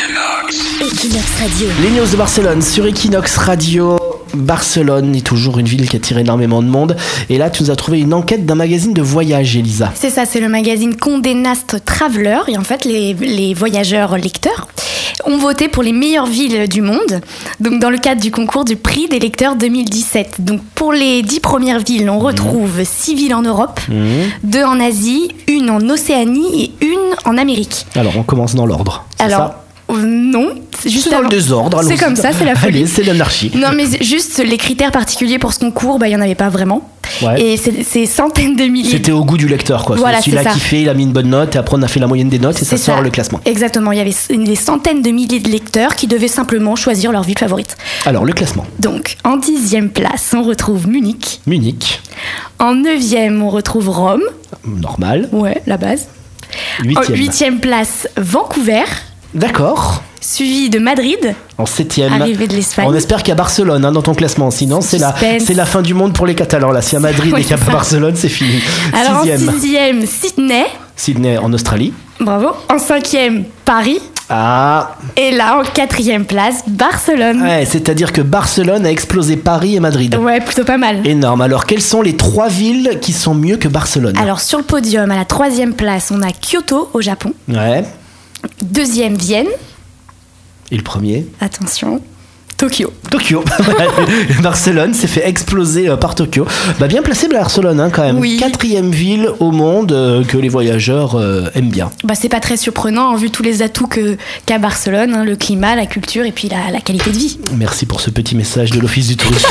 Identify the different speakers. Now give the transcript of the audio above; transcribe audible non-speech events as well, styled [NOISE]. Speaker 1: Equinox Radio.
Speaker 2: Les news de Barcelone sur Equinox Radio. Barcelone est toujours une ville qui attire énormément de monde. Et là, tu nous as trouvé une enquête d'un magazine de voyage, Elisa.
Speaker 3: C'est ça, c'est le magazine Condé Nast Traveler. Et en fait, les, les voyageurs lecteurs ont voté pour les meilleures villes du monde, donc dans le cadre du concours du prix des lecteurs 2017. Donc pour les dix premières villes,
Speaker 2: Mhm.
Speaker 3: on retrouve six villes en Europe, deux en Asie, une en Océanie et une en Amérique.
Speaker 2: Alors, on commence dans l'ordre. c'est
Speaker 3: Alors,
Speaker 2: ça
Speaker 3: euh, non, c'est juste
Speaker 2: dans le
Speaker 3: avant.
Speaker 2: désordre.
Speaker 3: C'est
Speaker 2: allons-y.
Speaker 3: comme ça, c'est la folie.
Speaker 2: Allez, c'est l'anarchie.
Speaker 3: Non, mais juste les critères particuliers pour ce concours, bah, il n'y en avait pas vraiment.
Speaker 2: Ouais.
Speaker 3: Et c'est c'est centaines de milliers.
Speaker 2: C'était au goût du lecteur, quoi.
Speaker 3: Voilà,
Speaker 2: Celui-là
Speaker 3: c'est ça.
Speaker 2: qui fait, il a mis une bonne note, et après on a fait la moyenne des notes, et ça
Speaker 3: C'est
Speaker 2: sort le classement.
Speaker 3: Exactement, il y avait des centaines de milliers de lecteurs qui devaient simplement choisir leur ville favorite.
Speaker 2: Alors, le classement.
Speaker 3: Donc, en dixième place, on retrouve Munich.
Speaker 2: Munich,
Speaker 3: En neuvième, on retrouve Rome.
Speaker 2: normal.
Speaker 3: Ouais, la base. En
Speaker 2: Huitième.
Speaker 3: huitième place, Vancouver.
Speaker 2: D'accord.
Speaker 3: Suivi de Madrid,
Speaker 2: En septième.
Speaker 3: arrivée de l'Espagne.
Speaker 2: On espère qu'il y a Barcelone hein, dans ton classement, sinon c'est la,
Speaker 3: Suspense.
Speaker 2: c'est la fin du monde pour les Catalans. Là, s'il y a Madrid
Speaker 3: Oui,
Speaker 2: et qu'il n'y a
Speaker 3: c'est
Speaker 2: pas
Speaker 3: ça.
Speaker 2: Barcelone, c'est fini.
Speaker 3: Alors en
Speaker 2: Sixième,
Speaker 3: sixième, Sydney.
Speaker 2: Sydney en Australie.
Speaker 3: Bravo. En cinquième, Paris.
Speaker 2: Ah,
Speaker 3: Et là, en quatrième place, Barcelone.
Speaker 2: ouais, c'est-à-dire que Barcelone a explosé Paris et Madrid.
Speaker 3: Ouais, plutôt pas mal.
Speaker 2: Énorme. Alors, quelles sont les trois villes qui sont mieux que Barcelone
Speaker 3: Alors sur le podium, à la troisième place, on a Kyoto au Japon.
Speaker 2: Ouais.
Speaker 3: Deuxième, Vienne.
Speaker 2: Et le premier
Speaker 3: Attention, Tokyo. [LAUGHS]
Speaker 2: Tokyo. [LAUGHS] Barcelone s'est fait exploser euh, par Tokyo. Bah, bien placé Barcelone hein, quand même.
Speaker 3: Oui.
Speaker 2: Quatrième ville au monde euh, que les voyageurs euh, aiment bien.
Speaker 3: Bah, c'est pas très surprenant hein, vu tous les atouts que, qu'a Barcelone, hein, le climat, la culture et puis la, la qualité de vie.
Speaker 2: Merci pour ce petit message de l'Office du tourisme.